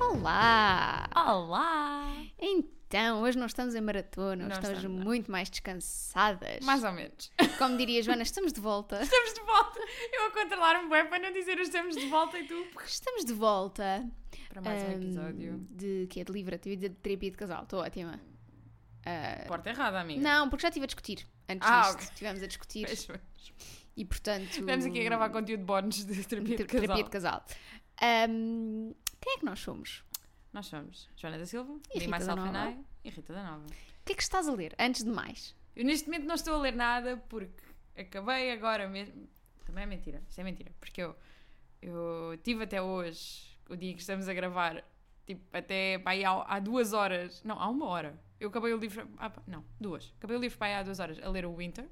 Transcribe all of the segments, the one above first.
Olá! Olá! Então, hoje não estamos em maratona, hoje Não estamos estamos, não. muito mais descansadas. Mais ou menos. Como diria a Joana, estamos de volta. Estamos de volta. Eu a controlar-me bem para não dizer estamos de volta e tu. Estamos de volta. Para mais um ahm, episódio. De que é de livre atividade de terapia de casal. Estou ótima. Ah, Porta errada, amiga. não, porque já estive a discutir. Antes Ah, disto, ok. estivemos a discutir Pois, pois. e portanto. Estamos aqui a gravar conteúdo bónus de terapia de ter- casal. terapia de casal. Ahm, quem é que nós somos? Nós somos Joana da Silva, E Di Rita da Myself and Nova. I e Rita da Nova. O que é que estás a ler? Antes de mais. Eu neste momento não estou a ler nada porque acabei agora mesmo. Também é mentira, isto é mentira, porque eu, eu tive até hoje, o dia que estamos a gravar, tipo, até pá, aí há, há duas horas, não, há uma hora. Eu acabei o livro, ah, pá, não, duas. Acabei o livro para aí há duas horas a ler o Winter,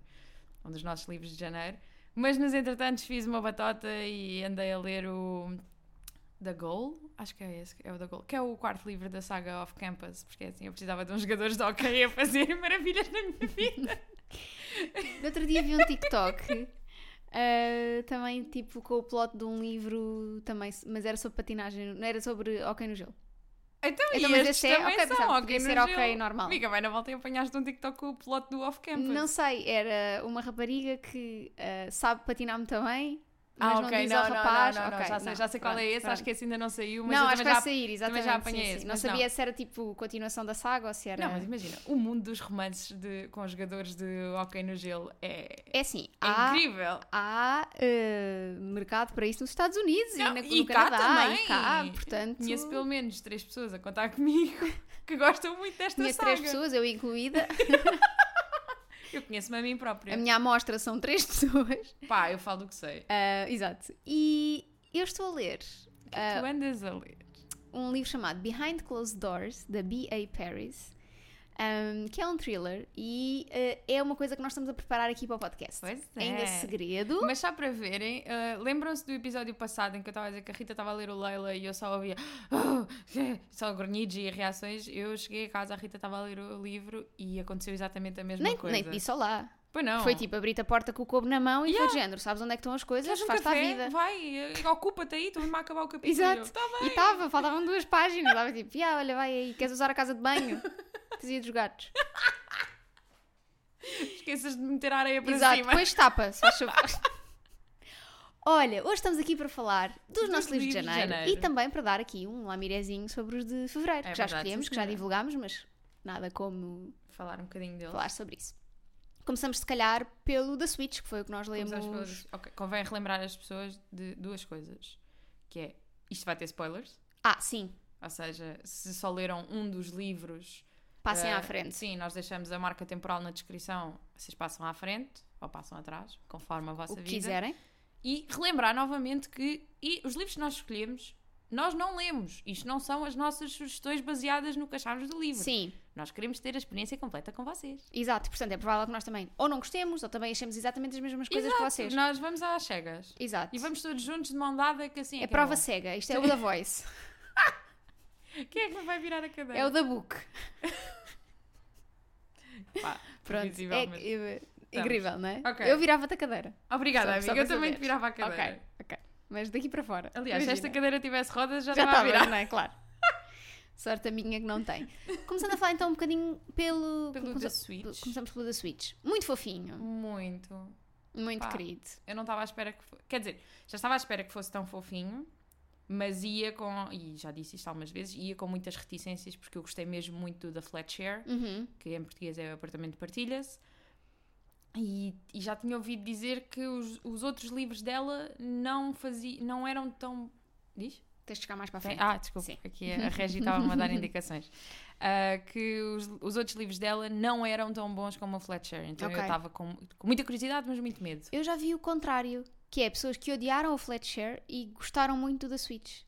um dos nossos livros de janeiro, mas nos entretantos fiz uma batota e andei a ler o. The Goal, acho que é esse, é o The Goal, que é o quarto livro da saga Off Campus, porque assim eu precisava de uns jogadores de hockey a fazerem maravilhas na minha vida. No outro dia vi um TikTok ah, também tipo com o plot de um livro também, mas era sobre patinagem, não era sobre ok no gelo. Então, Então, e mas estes esse é também ok, são, pensava, ok, podia no ser ok gelo. normal. Amiga, vai na volta e apanhaste um TikTok com o plot do off-campus. Não sei, era uma rapariga que ah, sabe patinar muito bem, mas ah, não ok, diz não, ao não, rapaz. não, não, ok, já sei, já sei qual é pronto, esse, acho pronto. que esse ainda não saiu, mas não, eu acho que também vai já... sair, exatamente. já apanhei sim, sim. esse, não mas sabia não. se era tipo continuação da saga ou se era. Não, mas imagina, o mundo dos romances de, com os jogadores de hockey no gelo é, é É assim, há, incrível. há ah, mercado para isso nos Estados Unidos Não, e, na, e no cá Canadá também. e cá, portanto. Conheço pelo menos três pessoas a contar comigo que gostam muito desta Conheço saga. três pessoas, eu incluída. Eu conheço-me a mim própria. A minha amostra são três pessoas. Pá, eu falo o que sei. Ah, exato. E eu estou a ler O que Ah. é que tu andas a ler? um livro chamado Behind Closed Doors, da B.A. Paris, ahm, que é um thriller e ah, é uma coisa que nós estamos a preparar aqui para o podcast. Pois é. Ainda segredo. Mas só para verem, eh, lembram-se do episódio passado em que eu estava a dizer que a Rita estava a ler o Leila e eu só ouvia "Ah, eh", só grunhidos e reações. Eu cheguei a casa, a Rita estava a ler o livro e aconteceu exatamente a mesma Nem, coisa. nem te disse olá. Pois não. Foi tipo abrir a porta com o coubo na mão e Yeah. foi de género. Sabes onde é que estão as coisas? Queres um Faz-te à café? vida. Vai, eh, ocupa-te aí, estou-me a acabar o capítulo. Exato. Está bem. E estava, faltavam duas páginas. Estava tipo, "Ya, olha, vai aí, queres usar a casa de banho? Fazia dos gatos. Esqueças de meter a areia para Exato, cima. depois tapa, se faz favor. Olha, hoje estamos aqui para falar dos, Dos nossos livros de livros de janeiro, janeiro. e também para dar aqui um lamirezinho sobre os de fevereiro, É que já verdade, escolhemos, sim, que já senhora. divulgámos, mas nada como Falar um bocadinho dele. falar sobre isso. Começamos, se calhar, pelo da Switch, que foi o que nós lemos. Começamos pelos- Ok, Convém relembrar as pessoas de duas coisas. Que é, isto vai ter spoilers. Ah, sim, Ou seja, se só leram um dos livros... passem eh, à frente. Sim, nós deixamos a marca temporal na descrição. Vocês passam à frente ou passam atrás, conforme a vossa o que vida. quiserem. E relembrar novamente que e os livros que nós escolhemos, nós não lemos. Isto não são as nossas sugestões baseadas no que achámos do livro. Sim, Nós queremos ter a experiência completa com vocês. exato. Portanto, é provável que nós também ou não gostemos, ou também achemos exatamente as mesmas coisas que vocês. Nós vamos às cegas. Exato. E vamos todos juntos de mão dada, que assim é, É que prova bom. cega, isto é o da Voice, Quem é que me vai virar a cadeira? é o da Book. Pá, Pronto, é, previsivelmente. é- incrível, não é? Ok. Eu virava-te a cadeira. Obrigada, Só- só amiga. para Eu também saberes. te virava a cadeira. Ok, ok. Mas daqui para fora. Aliás, se Imagina. esta cadeira tivesse rodas, já, já estava a virar. não é? Claro. Sorte a minha que não tem. Começando a falar então um bocadinho pelo. Pelo começa- The Switch. Começamos pelo da Switch. Muito fofinho, Muito. muito Pá. querido. Eu não estava à espera que fosse. Quer dizer, já estava à espera que fosse tão fofinho, mas ia com. E já disse isto algumas vezes, ia com muitas reticências, porque eu gostei mesmo muito do da Flatshare, Uhum. que em português é o apartamento partilha-se. E, e já tinha ouvido dizer que os, os outros livros dela não faziam. não eram tão. Diz? Tens de chegar mais para a Tem- frente. Ah, desculpa, Sim. aqui a a Regi estava a mandar indicações. Ah, que os, os outros livros dela não eram tão bons como a Fletcher, então Ok. eu estava com, com muita curiosidade, mas muito medo. Eu já vi o contrário, que é pessoas que odiaram o Fletcher e gostaram muito da Switch.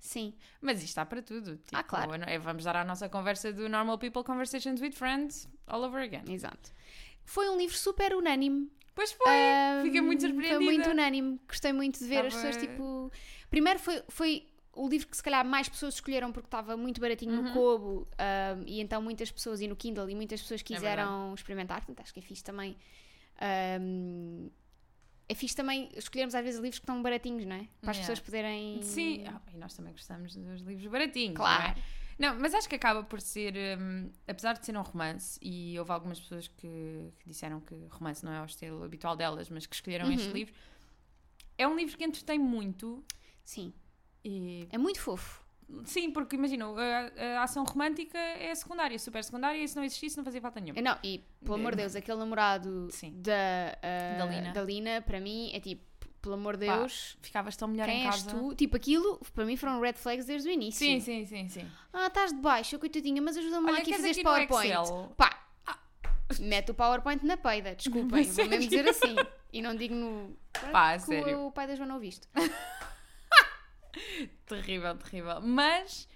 Sim. Mas isto está para tudo. tipo, Ah, claro. eu não- é, vamos dar à nossa conversa do Normal People Conversations with Friends all over again. Exato. Foi um livro super unânime. Pois foi, Ahm, fiquei muito surpreendida. Foi muito unânime. Gostei muito de ver as Estava- pessoas, tipo... Primeiro foi, foi o livro que se calhar mais pessoas escolheram porque estava muito baratinho Uhum. no Kobo ahm, e então muitas pessoas, e no Kindle, e muitas pessoas quiseram experimentar. Portanto, acho que é fixe também é ahm, é fixe também escolhermos às vezes livros que estão baratinhos, não é? Para as Yeah. pessoas poderem. Sim, ah, e nós também gostamos dos livros baratinhos, Claro. não é? Não, mas acho que acaba por ser, hum, apesar de ser um romance, e houve algumas pessoas que, que disseram que romance não é o estilo habitual delas, mas que escolheram este Uhum. livro, é um livro que entretém muito Sim. e É muito fofo. Sim, porque imagina, a, a ação romântica é secundária, super secundária, e se não existisse não fazia falta nenhuma. É, Não, e pelo amor de Deus, aquele namorado Sim. da, ah, Da Lina. para mim, é tipo, pelo amor de Pá, Deus, Ficavas tão melhor quem em és casa. tu? Tipo, aquilo para mim foram red flags desde o início. Sim, sim, sim, sim. Ah, estás de baixo, coitadinha, mas ajuda-me lá Olha, aqui a queres fazer este aqui no PowerPoint. é Excel? Ah. Pá, mete o PowerPoint na peida, desculpem, Mas vou mesmo sério? dizer assim. E não digo no. Pá, que sério. o pai da Joana ouviu isto. Terrível, terrível. Mas,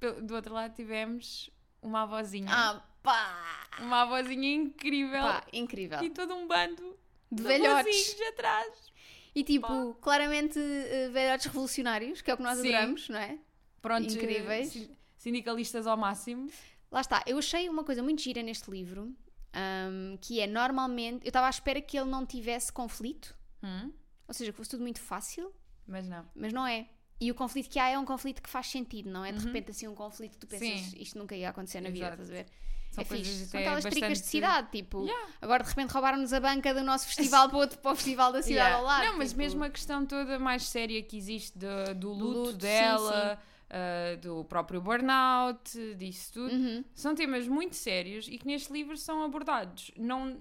pe- do outro lado, tivemos uma avózinha. Ah, pá! Uma avózinha incrível. Pá, incrível. E assim. todo um bando De de velhotes. avózinhos atrás. E tipo, claramente eh, velhotes revolucionários, que é o que nós Sim. adoramos, não é? Pronto, Incríveis. sin- Sindicalistas ao máximo. Lá está, eu achei uma coisa muito gira neste livro, ahm, que é normalmente. Eu estava à espera que ele não tivesse conflito, Hum, ou seja, que fosse tudo muito fácil, Mas não. mas não é. E o conflito que há é um conflito que faz sentido, não é? De repente, assim, um conflito que tu pensas, isto nunca ia acontecer na vida, Uhum. estás Exato. a ver? São é coisas fixe. São até aquelas tricas de bastante- cidade, tipo, Yeah. agora de repente roubaram-nos a banca do nosso festival para, outro, para o festival da cidade Yeah. ao lado. Não, mas tipo, mesmo a questão toda mais séria que existe do, do luto, luto, sim, dela, ah, do próprio burnout, disso tudo, Uhum. são temas muito sérios e que neste livro são abordados. Não,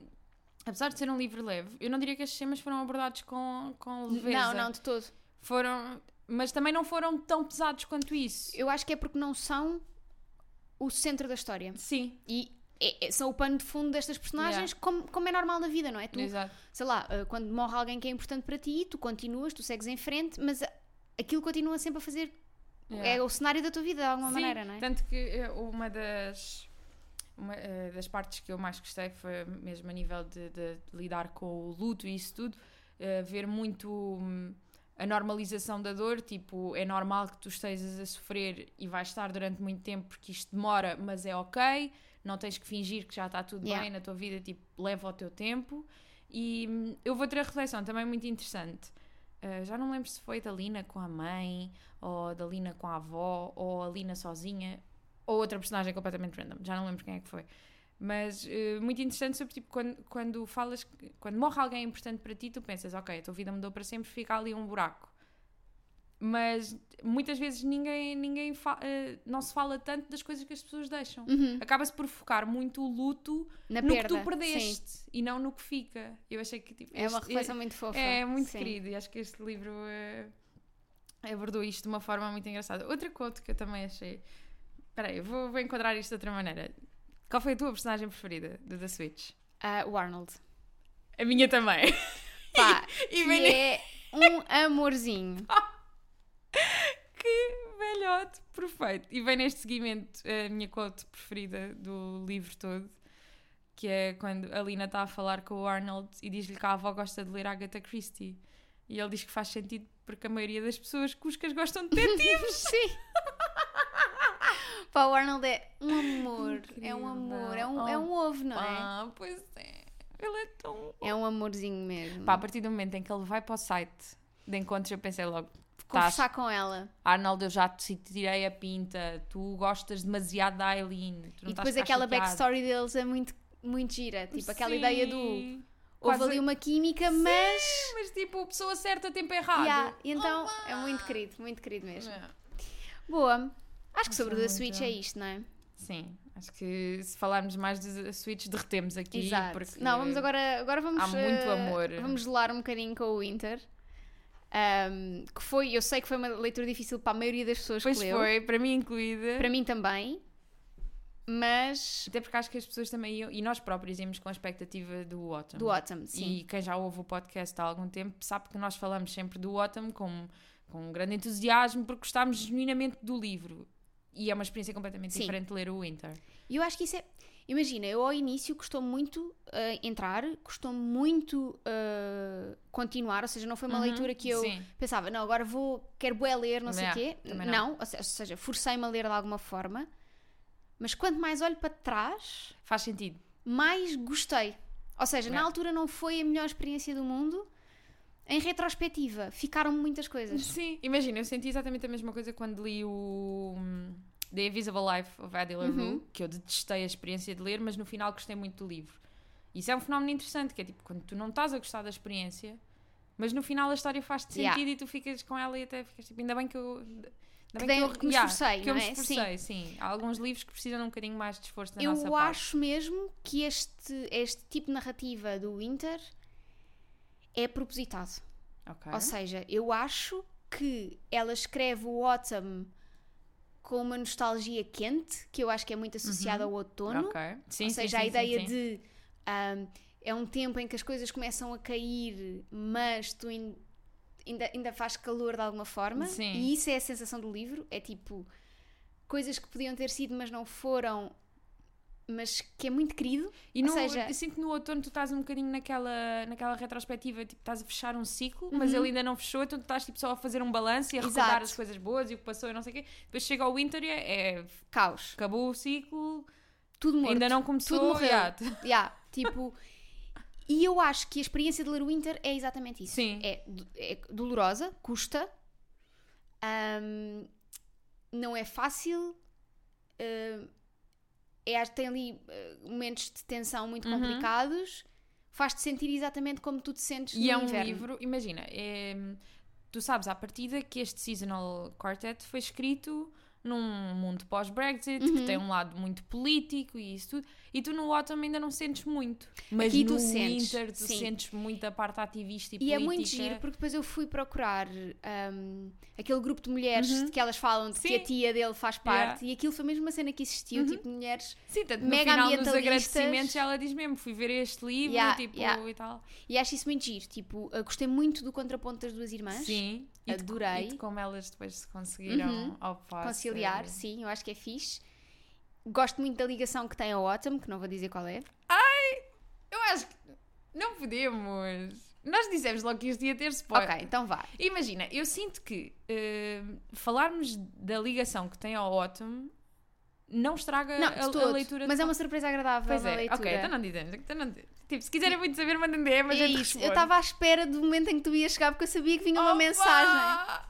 apesar de ser um livro leve, eu não diria que estes temas foram abordados com, com Não, leveza. não, de todo. Foram, mas também não foram tão pesados quanto isso. Eu acho que é porque não são o centro da história. Sim, E é- é- são o pano de fundo destas personagens, como, como é normal na vida, não é? Tu, exato. sei lá, ah, quando morre alguém que é importante para ti, tu continuas, tu segues em frente, mas a- aquilo continua sempre a fazer. Yeah. É o cenário da tua vida, de alguma Sim, maneira, não é? Tanto que eh, uma das uma, eh, das partes que eu mais gostei foi mesmo a nível de, de- de lidar com o luto e isso tudo, eh, ver muito hum, a normalização da dor, tipo, é normal que tu estejas a sofrer e vais estar durante muito tempo porque isto demora, mas é ok, não tens que fingir que já está tudo Yeah. bem na tua vida, tipo, leva o teu tempo. E hum, eu vou ter a reflexão também muito interessante. Eh, já não me lembro se foi da Lina com a mãe, ou da Lina com a avó, ou a Lina sozinha, ou outra personagem completamente random, já não lembro quem é que foi. Mas eh, muito interessante sobre tipo, quando, quando falas, que- quando morre alguém importante para ti, tu pensas, ok, a tua vida mudou para sempre, fica ali um buraco. Mas muitas vezes ninguém, ninguém fa- eh, não se fala tanto das coisas que as pessoas deixam. Uhum, Acaba-se por focar muito o luto Na no perda. que tu Sim. perdeste e não no que fica. Eu achei que tipo, É uma este- reflexão muito fofa. é muito Sim. querido e acho que este livro eh, abordou isto de uma forma muito engraçada. Outra quote que eu também achei. Espera aí, eu vou, vou enquadrar isto de outra maneira. Qual foi a tua personagem preferida do The Switch? Ah, o Arnold. A minha também. Pá, E que velho, é um amorzinho. que velhote perfeito. E vem neste seguimento a minha quote preferida do livro todo, que é quando a Lina está a falar com o Arnold e diz-lhe que a avó gosta de ler Agatha Christie. E ele diz que faz sentido porque a maioria das pessoas cuscas gostam de detetives. Sim. Pá, o Arnold é um amor. É um Incrível. Oh, amor. É um, é um ovo, não é? Ah, pois é. Ele é tão. É um amorzinho mesmo. Pá, a partir do momento em que ele vai para o site de encontros, eu pensei logo: estás. Conversar com ela. Arnold, eu já te tirei a pinta. Tu gostas demasiado da Eileen. Tu não E estás depois cá aquela chateado. backstory deles é muito, muito gira. Tipo, aquela Sim. ideia do. Houve Quase- ali uma química, mas. Mas tipo, a pessoa certa, tempo errado. Yeah, e então "Oh, é muito querido, muito querido mesmo. É. Boa. Acho que sobre o The é muito Switch bom. é isto, não é? Sim, acho que se falarmos mais de Switch, derretemos aqui. Exato. Porque... Não, vamos agora, agora vamos. há muito eh, amor. Vamos gelar um bocadinho com o Inter. Ahm, que foi, eu sei que foi uma leitura difícil para a maioria das pessoas Pois que leu. foi, para mim incluída. Para mim também. Mas Até porque acho que as pessoas também iam, e nós próprios íamos com a expectativa do Autumn. do Autumn, sim. E quem já ouve o podcast há algum tempo sabe que nós falamos sempre do Autumn com, com um grande entusiasmo porque gostámos genuinamente do livro. E é uma experiência completamente Sim. diferente de ler o Winter. E eu acho que isso é. Imagina, eu ao início custou muito ah, entrar, custou muito ah, continuar, ou seja, não foi uma leitura que eu Uhum. Sim. pensava, não, agora vou, quero bué ler, não sei o Yeah, quê. Não, também não. ou se- ou seja, forcei-me a ler de alguma forma. Mas quanto mais olho para trás, Faz sentido. mais gostei. Ou seja, na Yeah. altura não foi a melhor experiência do mundo, Em retrospectiva, ficaram muitas coisas. Sim, imagina, eu senti exatamente a mesma coisa quando li o hum, The Invisible Life of Addie LaRue, Uhum. que eu detestei a experiência de ler, mas no final gostei muito do livro. Isso é um fenómeno interessante, que é tipo, quando tu não estás a gostar da experiência, mas no final a história faz-te sentido Yeah. e tu ficas com ela e até ficas tipo, ainda bem que eu... Ainda Que bem dei- que me esforcei, que eu não me é? Sim. esforcei, sim. Há alguns livros que precisam de um bocadinho mais de esforço da eu nossa parte. acho mesmo que este, este tipo de narrativa do Winter é propositado. Ok. Ou seja, eu acho que ela escreve o autumn com uma nostalgia quente, que eu acho que é muito associada Uhum. ao outono. Ok. Sim, Ou sim, seja, sim, a ideia sim, sim. de ahm, é um tempo em que as coisas começam a cair, mas tu ain- ainda, ainda faz calor de alguma forma. Sim. E isso é a sensação do livro. É tipo coisas que podiam ter sido, mas não foram, mas que é muito querido. E Ou no, seja- eu sinto que no outono tu estás um bocadinho naquela, naquela retrospectiva, tipo, estás a fechar um ciclo, mas ele ainda não fechou, então tu estás tipo, só a fazer um balanço e a recordar Uhum. Exato. as coisas boas e o que passou e não sei o quê. Depois chega ao winter e é, é, Caos. acabou o ciclo, Tudo morto. ainda não começou. Tudo morreu. yeah. Yeah, tipo. E eu acho que a experiência de ler o Winter é exatamente isso. Sim. É, do- é dolorosa, custa, ahm, não é fácil, ahm, é, acho que tem ali ah, momentos de tensão muito Uhum. complicados, faz-te sentir exatamente como tu te sentes E no é um inverno. livro, imagina, é, tu sabes à partida que este Seasonal Quartet foi escrito num mundo pós-Brexit, Uhum. que tem um lado muito político e isso tudo, e tu no autumn ainda não sentes muito. Mas Aqui tu no sentes, winter tu sim. sentes muito a parte ativista e, E política. é muito giro porque depois eu fui procurar ahm, aquele grupo de mulheres de que elas falam de que a Uhum. Sim. Uhum. tia dele faz parte e aquilo foi mesmo uma cena que existiu, tipo de mulheres Sim, tanto no mega final dos ambientalistas. agradecimentos ela diz mesmo, fui ver este livro Yeah, tipo, yeah. e tal. E acho isso muito giro. Tipo, eu gostei muito do contraponto das duas irmãs. sim, e de- adorei. e de como elas depois se conseguiram Uhum. ao passo. Conciliar, sim, eu acho que é fixe. Gosto muito da ligação que tem ao Autumn, que não vou dizer qual é. Eu acho que não podemos. Nós dissemos logo que isto ia ter spoiler. Ok, então vá. Imagina, eu sinto que eh, falarmos da ligação que tem ao Autumn não estraga Não, a, de a todo, leitura. mas de- é uma surpresa agradável Pois a é, leitura. ok, então não dizemos. Então não dizemos. Tipo, se quiserem muito saber, mandem DM, mas é a gente isso. Eu responde. estava à espera do momento em que tu ias chegar porque eu sabia que vinha uma Opa! mensagem.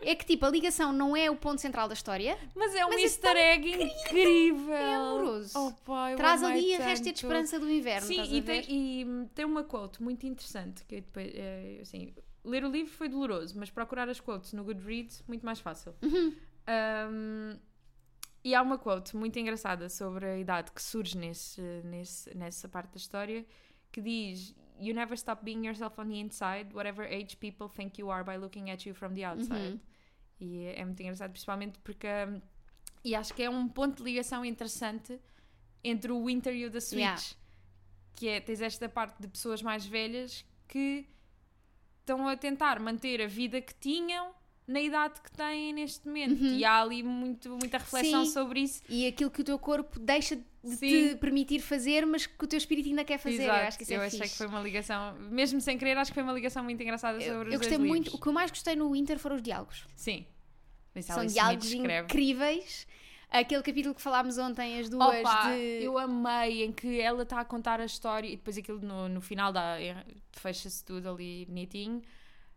É que tipo, a ligação não é o ponto central da história. Mas é um Mas é easter egg incrível. É amoroso. Opa, Oh, eu Traz amei ali a tanto. réstia de esperança do inverno. Sim, estás a e ver? tem, e, hum, tem uma quote muito interessante que eu depois, eh, assim, ler o livro foi doloroso, mas procurar as quotes no Goodreads muito mais fácil. Uhum. Um, e há uma quote muito engraçada sobre a idade que surge nesse, nesse, nessa parte da história que diz You never stop being yourself on the inside, whatever age people think you are by looking at you from the outside. Uhum. E é muito engraçado, principalmente porque. hum, E acho que é um ponto de ligação interessante entre o Winter e o The Switch. Yeah. Que é, tens esta parte de pessoas mais velhas que estão a tentar manter a vida que tinham na idade que têm neste momento. E há ali muito, muita reflexão Uhum. Sim. sobre isso. E aquilo que o teu corpo deixa de te Sim. permitir fazer, mas que o teu espírito ainda quer fazer. Eu acho que isso eu é achei fixe. que foi uma ligação, mesmo sem querer, acho que foi uma ligação muito engraçada sobre os Eu gostei dois muito. O livros. que eu mais gostei no Winter foram os diálogos. Sim. Mas São Alice diálogos Smith escreve. incríveis. Aquele capítulo que falámos ontem, as duas Opa, de. eu amei em que ela está a contar a história e depois aquilo no, no final dá- é- fecha-se tudo ali bonitinho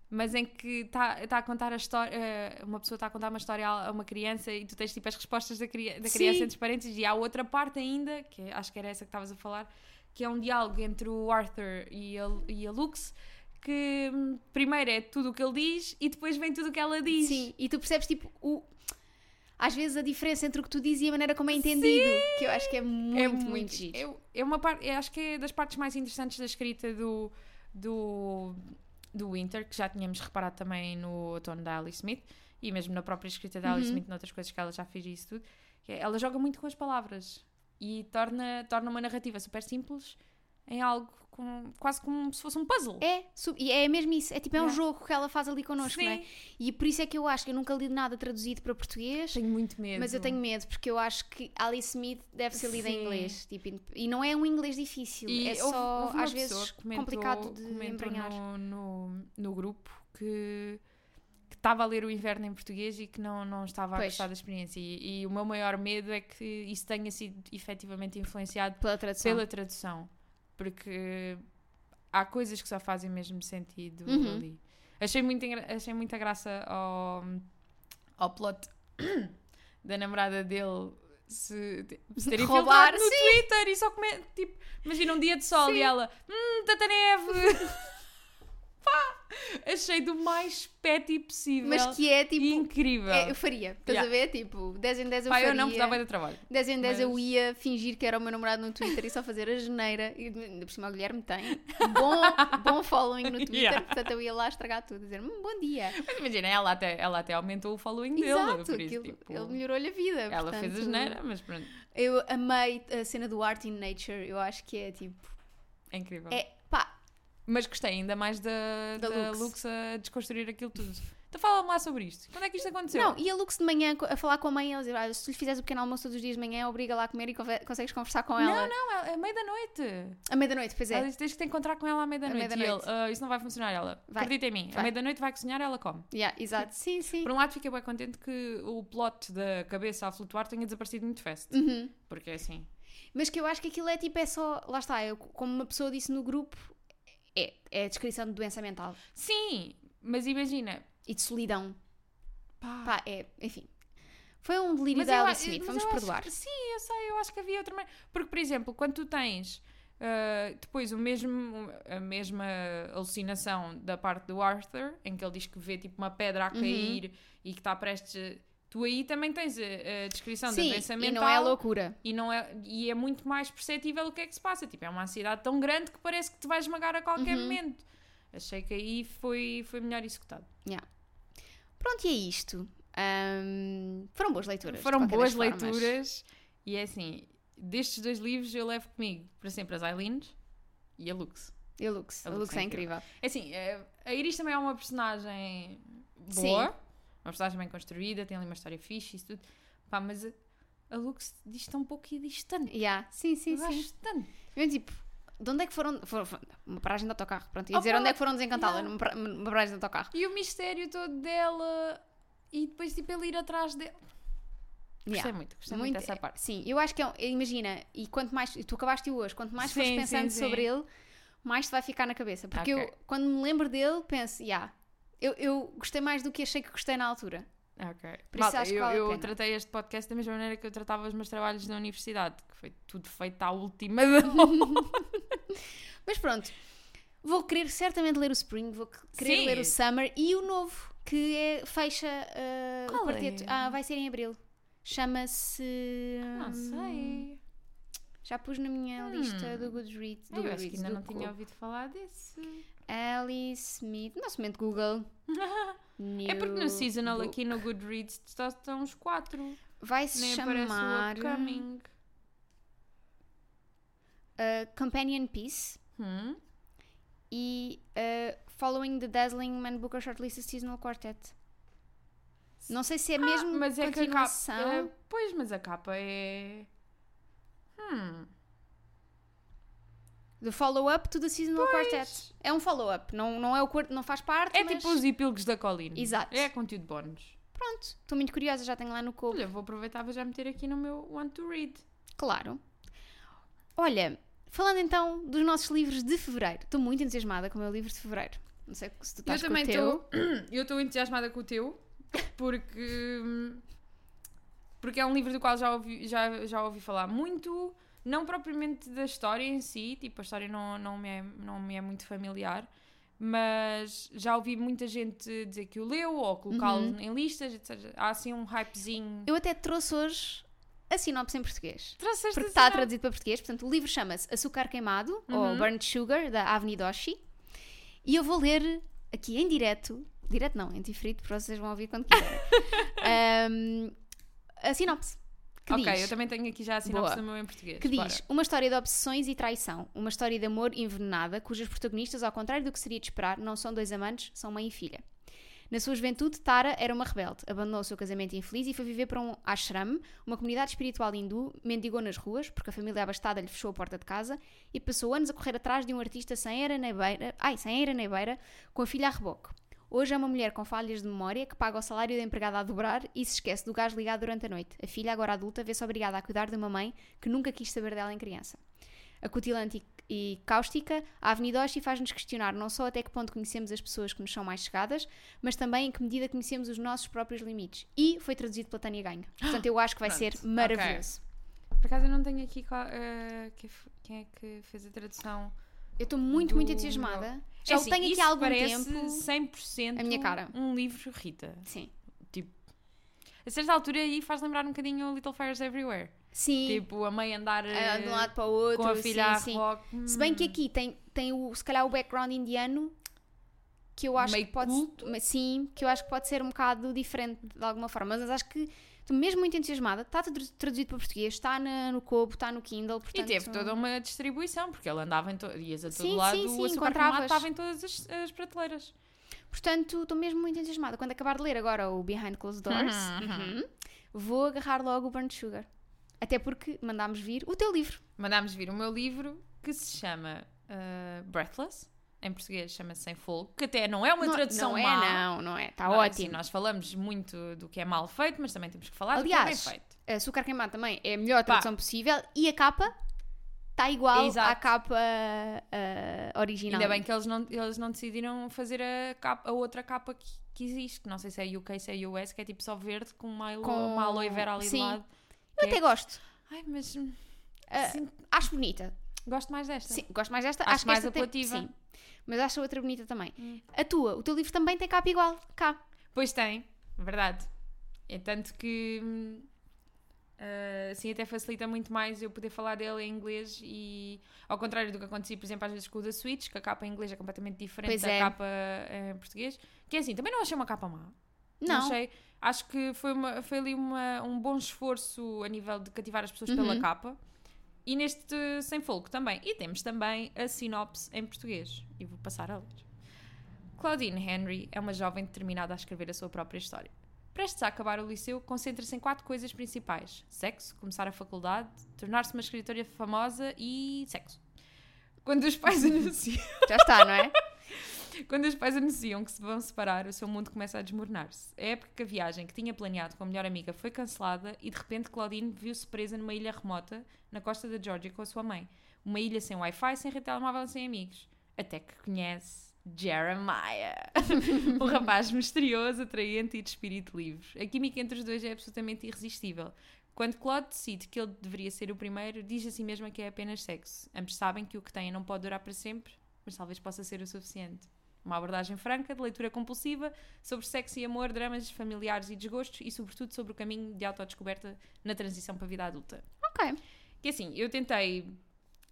mas em que está tá a contar a história eh, uma pessoa está a contar uma história a a uma criança e tu tens tipo as respostas da, cria- da Sim. criança entre parênteses e há outra parte ainda que é- acho que era essa que estavas a falar que é um diálogo entre o Arthur e a, e a Lux que hum, primeiro é tudo o que ele diz e depois vem tudo o que ela diz Sim, e tu percebes tipo o. Às vezes a diferença entre o que tu dizes e a maneira como é entendido, que eu acho que é muito, é muito, giro. eu- É, uma parte, eu acho que é das partes mais interessantes da escrita do, do, do Winter, que já tínhamos reparado também no outono da Alice Smith, e mesmo na própria escrita da Uhum. Alice Smith, noutras coisas que ela já fez e isso tudo. que é- Ela joga muito com as palavras e torna, torna uma narrativa super simples em algo com- quase como se fosse um puzzle. É, su- e é mesmo isso. É tipo, é um Yeah. jogo que ela faz ali connosco, não é? Sim. E por isso é que eu acho que eu nunca li nada traduzido para português. Tenho muito medo. Mas eu tenho medo, porque eu acho que Alice Smith deve ser lida em Sim. inglês. Tipo, e não é um inglês difícil, E é houve- só houve uma às pessoa vezes que comentou- complicado de comentou embranhar. No, no, no grupo que que estava a ler o inverno em português e que não, não estava Pois. a gostar da experiência. E, e o meu maior medo é que isso Ah. tenha sido efetivamente influenciado Pela tradução. pela tradução. Porque há coisas que só fazem mesmo sentido Uhum. ali. Achei, muito engra- achei muita graça ao, ao plot da namorada dele se, se ter Roubar, infiltrado no Twitter e só comer, tipo, imagina um dia de sol e ela, hum, tanta neve! Pá! Achei do mais petty possível. Mas que é e tipo. incrível. é, eu faria, estás Yeah. a ver? Tipo, 10 em 10 eu Pá, faria. eu não precisava de trabalho. 10 em 10 eu mas- ia fingir que era o meu namorado no Twitter e só fazer a geneira. E ainda por cima o Guilherme tem. Bom, bom following no Twitter, Yeah. portanto eu ia lá estragar tudo, dizer "Hum, bom dia. Mas imagina, ela até, ela até aumentou o following dele. Exato, Por isso, aquilo- tipo, ele melhorou-lhe a vida. ela fez a portanto, geneira, mas pronto, Eu amei a cena do Art in Nature, eu acho que é tipo. é incrível. É pá, Mas gostei ainda mais da, Da da, Lux. Lux. a desconstruir aquilo tudo. Então fala-me lá sobre isto. Quando é que isto aconteceu? não, e a Lux de manhã co- a falar com a mãe, ela dizer, "Ah, se lhe fizeres o pequeno almoço todos os dias de manhã, obriga lá a comer e conver- consegues conversar com ela. não, não, é, é meia da noite. À meia-noite, pois é. Ela disse, tens que te encontrar com ela à meia da À noite. E ele, meia-da-noite. "Ah, isso não vai funcionar. Ela, Vai. acredita em mim, Vai. à meia da noite vai cozinhar, ela come. Yeah, exato, sim, sim. Por um lado, fiquei bem contente que o plot da cabeça a flutuar tenha desaparecido muito fast. Uhum. Porque assim, Mas que eu acho que aquilo é tipo, é só. Lá está, eu, como uma pessoa disse no grupo, é, é a descrição de doença mental sim, mas imagina, e de solidão. pá, Pá, é. Enfim. Foi um delírio Mas da eu a- Alice Smith, mas vamos eu acho perdoar. que- sim, eu sei, eu acho que havia outra maneira. Porque, por exemplo, quando tu tens ah, depois o mesmo, a mesma alucinação da parte do Arthur, em que ele diz que vê tipo uma pedra a Uhum. cair e que está prestes. a- Tu aí também tens a, a descrição da Sim, doença e mental. não é loucura. E, não é, e é muito mais perceptível o que é que se passa. Tipo, é uma ansiedade tão grande que parece que te vai esmagar a Uhum. qualquer momento. Achei que aí foi, foi melhor executado. Pronto, e é isto. Ahm, foram boas leituras. de Foram qualquer das boas formas. leituras e é assim, destes dois livros eu levo comigo para sempre as Aileen's e a Lux. E a Lux. A Lux, é incrível. É assim, eh, a Iris também é uma personagem boa, uma personagem bem construída, tem ali uma história fixe e isso tudo. Pá, mas a, a Lux diz tão pouco e diz tanto. Yeah. Sim, sim, eu sim. acho tanto. Eu, tipo, de onde é que foram. foram- foram- uma paragem de autocarro, pronto. Ia Oh, dizer pá, onde é que foram desencantá-la, yeah. numa pra- numa paragem de autocarro. E o mistério todo dela e depois tipo ele ir atrás dela. Gostei Yeah. muito, gostei muito, dessa parte. é, Sim, eu acho que é um- imagina, e quanto mais, e tu acabaste hoje, quanto mais fores Sim, sim, pensando sim. sobre ele, mais te vai ficar na cabeça. Porque Ok. eu, quando me lembro dele, penso, já, eu, eu gostei mais do que achei que gostei na altura. Ok. Por isso Malta, acho que eu, vale a eu pena. tratei este podcast da mesma maneira que eu tratava os meus trabalhos na universidade, que foi tudo feito à última Hum, da hora. Mas pronto, vou querer certamente ler o Spring, vou querer Sim. ler o Summer e o novo, que é- fecha ah, o Qual é? quarteto. Ah, vai ser em abril. Chama-se. hum, Não sei. Já pus na minha lista do Goodreads. Do Hum. eu acho que Goodreads, ainda do não tinha Clube. ouvido falar desse. Alice Smith, nosso momento Google. É porque New no Seasonal book. aqui no Goodreads só estão os quatro. vai se Nem chamar aparece o upcoming. uh, Companion Piece Hum? e uh, Following the Dazzling Man Booker Shortlisted Seasonal Quartet. Não sei se é mesmo Mas é que a capa. continuação. eh, pois, mas a capa é. Hum. The follow-up to the Seasonal Quartet. É um follow-up, não, não é o quarto, não faz parte, É mas... tipo os epílogos da colina. Exato. É conteúdo bónus. Pronto, estou muito curiosa, já tenho lá no copo. Olha, vou aproveitar vou já meter aqui no meu Want to Read. Claro. Olha, falando então dos nossos livros de Fevereiro. Estou muito entusiasmada com o meu livro de Fevereiro. Não sei se tu Eu estás também com o teu. estou. Eu estou entusiasmada com o teu, porque. Porque é um livro do qual já ouvi, já, já ouvi falar muito, não propriamente da história em si, tipo, a história não, não, me é, não me é muito familiar, mas já ouvi muita gente dizer que o leu ou colocá-lo em listas, etc. Há assim um hypezinho. Uhum. Eu até trouxe hoje a sinopse em português. Trouxeste Porque tá assim, está não? traduzido para português. Portanto, o livro chama-se Açúcar Queimado, Uhum. ou Burnt Sugar, da Avni Doshi. E eu vou ler aqui em direto, direto não, em diferido, porque vocês vão ouvir quando quiserem, ahm, a sinopse. Que Ok, diz, eu também tenho aqui já a sinopse Boa. do meu em português. que bora. diz uma história de obsessões e traição, uma história de amor envenenada, cujos protagonistas, ao contrário do que seria de esperar, não são dois amantes, são mãe e filha. Na sua juventude, Tara era uma rebelde, abandonou o seu casamento infeliz e foi viver para um ashram, uma comunidade espiritual hindu, mendigou nas ruas, porque a família abastada lhe fechou a porta de casa, e passou anos a correr atrás de um artista sem era nem beira, ai, sem era nem beira, com a filha a reboque. Hoje é uma mulher com falhas de memória que paga o salário da empregada a dobrar e se esquece do gás ligado durante a noite. A filha, agora adulta, vê-se obrigada a cuidar de uma mãe que nunca quis saber dela em criança. Acutilante e e cáustica, a Avenida Oshi faz-nos questionar não só até que ponto conhecemos as pessoas que nos são mais chegadas, mas também em que medida conhecemos os nossos próprios limites. E foi traduzido pela Tânia Ganho. Portanto, eu acho que vai Pronto. ser maravilhoso. Por acaso eu não tenho aqui qual- eh, que f- quem é que fez a tradução. Eu estou muito, muito Do- entusiasmada. É Já assim, o tenho aqui isso há algum parece tempo. 100% a minha cara. um livro Rita. Sim. A certa altura aí faz lembrar um bocadinho o Little Fires Everywhere. Sim. Tipo, a mãe andar ah, eh, de um lado para o outro. com a filha sim, a sim. rock. hum, Se bem que aqui tem, tem o, se calhar o background indiano que eu acho Meio que pode culto. mas sim, que eu acho que pode ser um bocado diferente de alguma forma, mas acho que estou mesmo muito entusiasmada, está tudo traduzido para português, está na- no Kobo, está no Kindle, E portanto, teve um toda uma distribuição, porque ele andava em to... ias a todo Sim, lado, sim, sim, o açúcar encontravas. remate estava em todas as, as prateleiras. portanto, estou mesmo muito entusiasmada. Quando acabar de ler agora o Behind Closed Doors, Uhum. uhum, vou agarrar logo o Burnt Sugar. Até porque mandámos vir o teu livro. Mandámos vir o meu livro que se chama eh, Breathless. Em português chama-se Sem Fogo, que até não é uma não, tradução não é, má. não, não é. Está Não, assim, ótimo. nós falamos muito do que é mal feito, mas também temos que falar do que é Aliás, bem feito. Eh, Açúcar Queimado também é a melhor tradução possível e a capa está igual Exato. à capa ah, original. Ainda bem que eles não, eles não decidiram fazer a, capa- a outra capa que, que existe, que não sei se é UK, se é US, que é tipo só verde com uma, alo- Com- uma aloe vera ali Sim. de lado. Eu é. até gosto. Ai, mas hum, Ah, sim, Acho bonita. gosto mais desta. Sim, gosto mais desta. Acho Acho, que mais esta tem- apelativa. Sim. Mas acho a outra bonita também. Hum. A tua, o teu livro também tem capa igual. Cá. Pois tem, verdade. É tanto que hum, ah, assim até facilita muito mais eu poder falar dele em inglês e ao contrário do que acontecia, por exemplo, às vezes com o da Switch, que a capa em inglês é completamente diferente Pois da é. capa eh, em português, que é assim, também não achei uma capa má. Não. achei. Acho que foi, uma, foi ali uma- um bom esforço a nível de cativar as pessoas pela Uhum. capa. E neste Sem Fogo também. E temos também a sinopse em português. E vou passar a ler. Claudine Henry é uma jovem determinada a escrever a sua própria história. Prestes a acabar o liceu, concentra-se em quatro coisas principais: sexo, começar a faculdade, tornar-se uma escritora famosa e sexo. Quando os pais anunciam. Já está, não é? Quando os pais anunciam que se vão separar, o seu mundo começa a desmoronar-se. A época que a viagem que tinha planeado com a melhor amiga foi cancelada e de repente Claudine viu-se presa numa ilha remota na costa da Georgia com a sua mãe. Uma ilha sem Wi-Fi, sem rede telemóvel e sem amigos. Até que conhece Jeremiah, um rapaz misterioso, atraente e de espírito livre. A química entre os dois é absolutamente irresistível. Quando Claude decide que ele deveria ser o primeiro, diz a si mesma que é apenas sexo. Ambos sabem que o que têm não pode durar para sempre, mas talvez possa ser o suficiente. Uma abordagem franca, de leitura compulsiva, sobre sexo e amor, dramas familiares e desgostos e, sobretudo, sobre o caminho de autodescoberta na transição para a vida adulta. Ok. Que assim, eu tentei.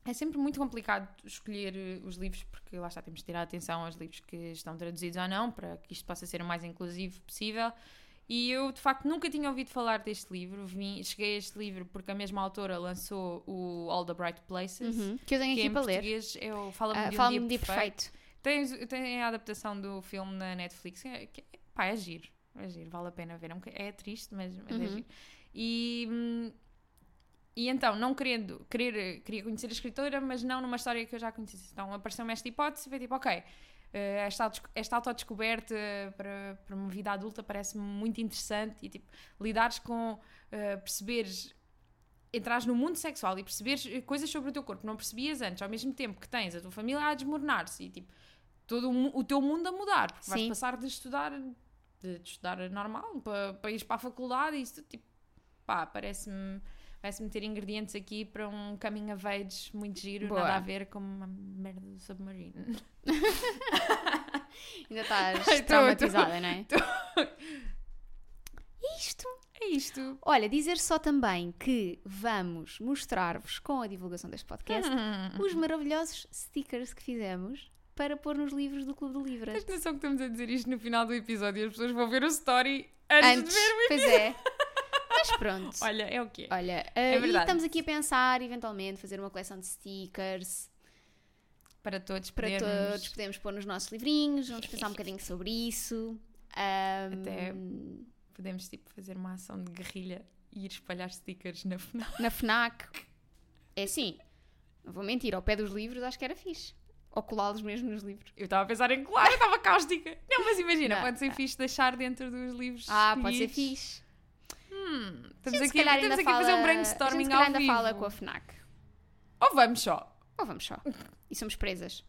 É sempre muito complicado escolher eh, os livros, porque lá está, temos de tirar atenção aos livros que estão traduzidos ou não, para que isto possa ser o mais inclusivo possível. E eu, de facto, nunca tinha ouvido falar deste livro. Vim, cheguei a este livro porque a mesma autora lançou o All the Bright Places, Uhum. Que eu tenho que aqui em para ler. português é o Fala-me Ah, de um Fala-me Dia de Perfeito. perfeito. Tens, tem a adaptação do filme na Netflix, que é- que é- pá, é giro, é giro, vale a pena ver. É, um boca- é triste, mas, mas é Uhum. giro. E, hum, e então, não querendo, querer, queria conhecer a escritora, mas não numa história que eu já conhecesse. Então apareceu-me esta hipótese, foi tipo, ok, eh, esta, autodesco- esta autodescoberta para, para uma vida adulta parece-me muito interessante e tipo, lidares com, eh, perceberes entrares no mundo sexual e perceberes eh, coisas sobre o teu corpo que não percebias antes, ao mesmo tempo que tens a tua família a desmoronar-se e tipo todo o, mu- o teu mundo a mudar, porque vais Sim. passar de estudar de, de estudar normal para, para ires para a faculdade e isso tipo pá, parece-me parece-me ter ingredientes aqui para um coming of age muito giro, Boa. nada a ver com uma merda do submarino. Ainda estás Estou, traumatizada, não é? Isto. É isto. Olha, dizer só também que vamos mostrar-vos com a divulgação deste podcast Uhum. os maravilhosos stickers que fizemos para pôr nos livros do Clube do Livro. Tens noção que estamos a dizer isto no final do episódio e as pessoas vão ver o story antes, de ver. pois é. Mas pronto. Olha, Olha, é o quê? uh, e verdade. estamos aqui a pensar, eventualmente, fazer uma coleção de stickers Para todos para podermos... todos. Podemos pôr nos nossos livrinhos, vamos pensar um bocadinho sobre isso. Ahm, Até- hum. Podemos, tipo, fazer uma ação de guerrilha e ir espalhar stickers na FNAC. Na FNAC. É assim, não vou mentir, ao pé dos livros acho que era fixe. Ou colá-los mesmo nos livros. Eu estava a pensar em colar, eu estava cáustica. Não, mas imagina, Não, pode ser fixe deixar dentro dos livros Ah, pode ser escolhidos. fixe. Hum, Gente, estamos se aqui, calhar estamos ainda aqui a fazer um fala- brainstorming a gente se calhar ao ainda vivo. fala com a FNAC. Ou vamos só. Ou ou vamos só? E somos presas.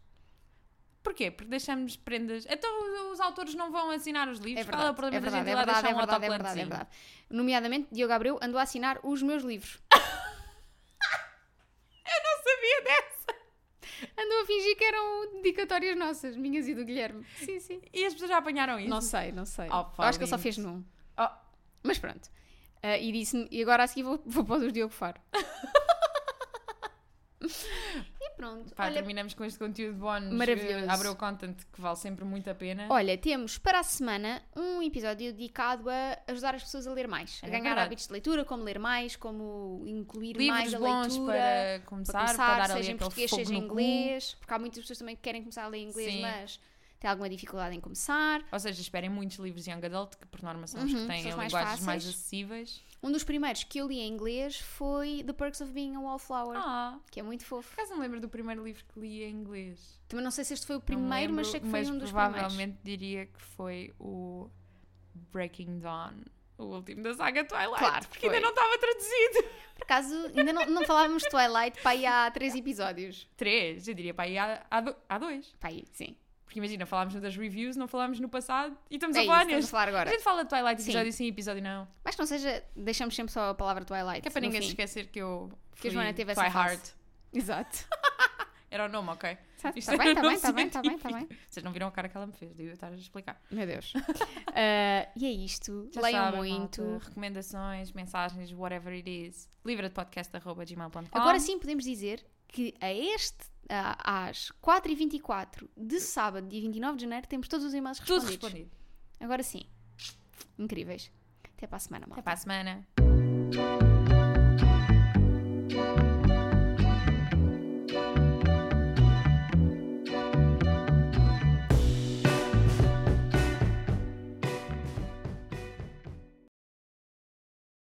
Porquê? Porque deixamos prendas. Então os autores não vão assinar os É livros. Qual verdade, é o problema é da verdade, gente é ir lá verdade, deixar é um verdade, é verdade, é autocolantezinho? verdade. Nomeadamente, Diogo Abreu andou a assinar os meus livros. Não sabia dessa. Andou a fingir que eram dedicatórias nossas, minhas e do Guilherme. Sim, sim. E as pessoas já apanharam isso? Não sei, não sei. Oh, Eu acho que ele só Paulinho. fez num. Oh. Mas pronto. Ah, e disse-me, e agora a seguir vou, vou para o Diogo Faro. e pronto. Pá, olha, terminamos com este conteúdo bónus. Maravilhoso. eh, Abreu content que vale sempre muito a pena. olha, temos para a semana um episódio dedicado a ajudar as pessoas a ler mais, a É ganhar verdade. hábitos de leitura, como ler mais, como incluir mais Livros a bons leitura. para para começar, para, começar, dar seja ali em aquele português, fogo seja no em cu. inglês, porque há muitas pessoas também que querem começar a ler inglês, Sim. mas têm alguma dificuldade em começar. Ou seja, esperem muitos livros Young Adult, que por norma são os Uhum, que têm são os linguagens mais mais, fáceis. acessíveis. Um dos primeiros que eu li em inglês foi The Perks of Being a Wallflower, Ah, que é muito fofo. por acaso não lembro do primeiro livro que li em inglês. Também não sei se este foi o Não me primeiro, mas lembro, sei que foi mas um dos primeiros. provavelmente diria que foi o Breaking Dawn, o último da saga Twilight, Claro, porque foi. ainda não estava traduzido. Por acaso, ainda não, não falávamos de Twilight para aí há três episódios. Três, eu diria para aí há, há do- há dois. Para aí, sim. Porque imagina, falámos das reviews, não falámos no passado e estamos é a isso, falar estamos a neste. falar A agora. gente fala de Twilight Sim. episódio sim, episódio não. Mas que não seja, deixamos sempre só a palavra Twilight. Que é para no ninguém se fim. esquecer que eu Que a fui Joana teve essa Twi fase. Hard. Exato. Era o nome, ok? Isto Está bem, está não bem, está bem, está bem, está bem. Vocês não viram a cara que ela me fez, daí eu estar a explicar. Meu Deus. Ah, e é isto. Já Leiam sabem, muito. malta, recomendações, mensagens, whatever it is. Livra de podcast.gmail.com. Agora sim podemos dizer que a este, a- às 4h24 de sábado, dia 29 de janeiro, temos todos os e-mails Tudo respondidos. respondido. Agora sim. Incríveis. Até para a semana, malta. Até para a semana.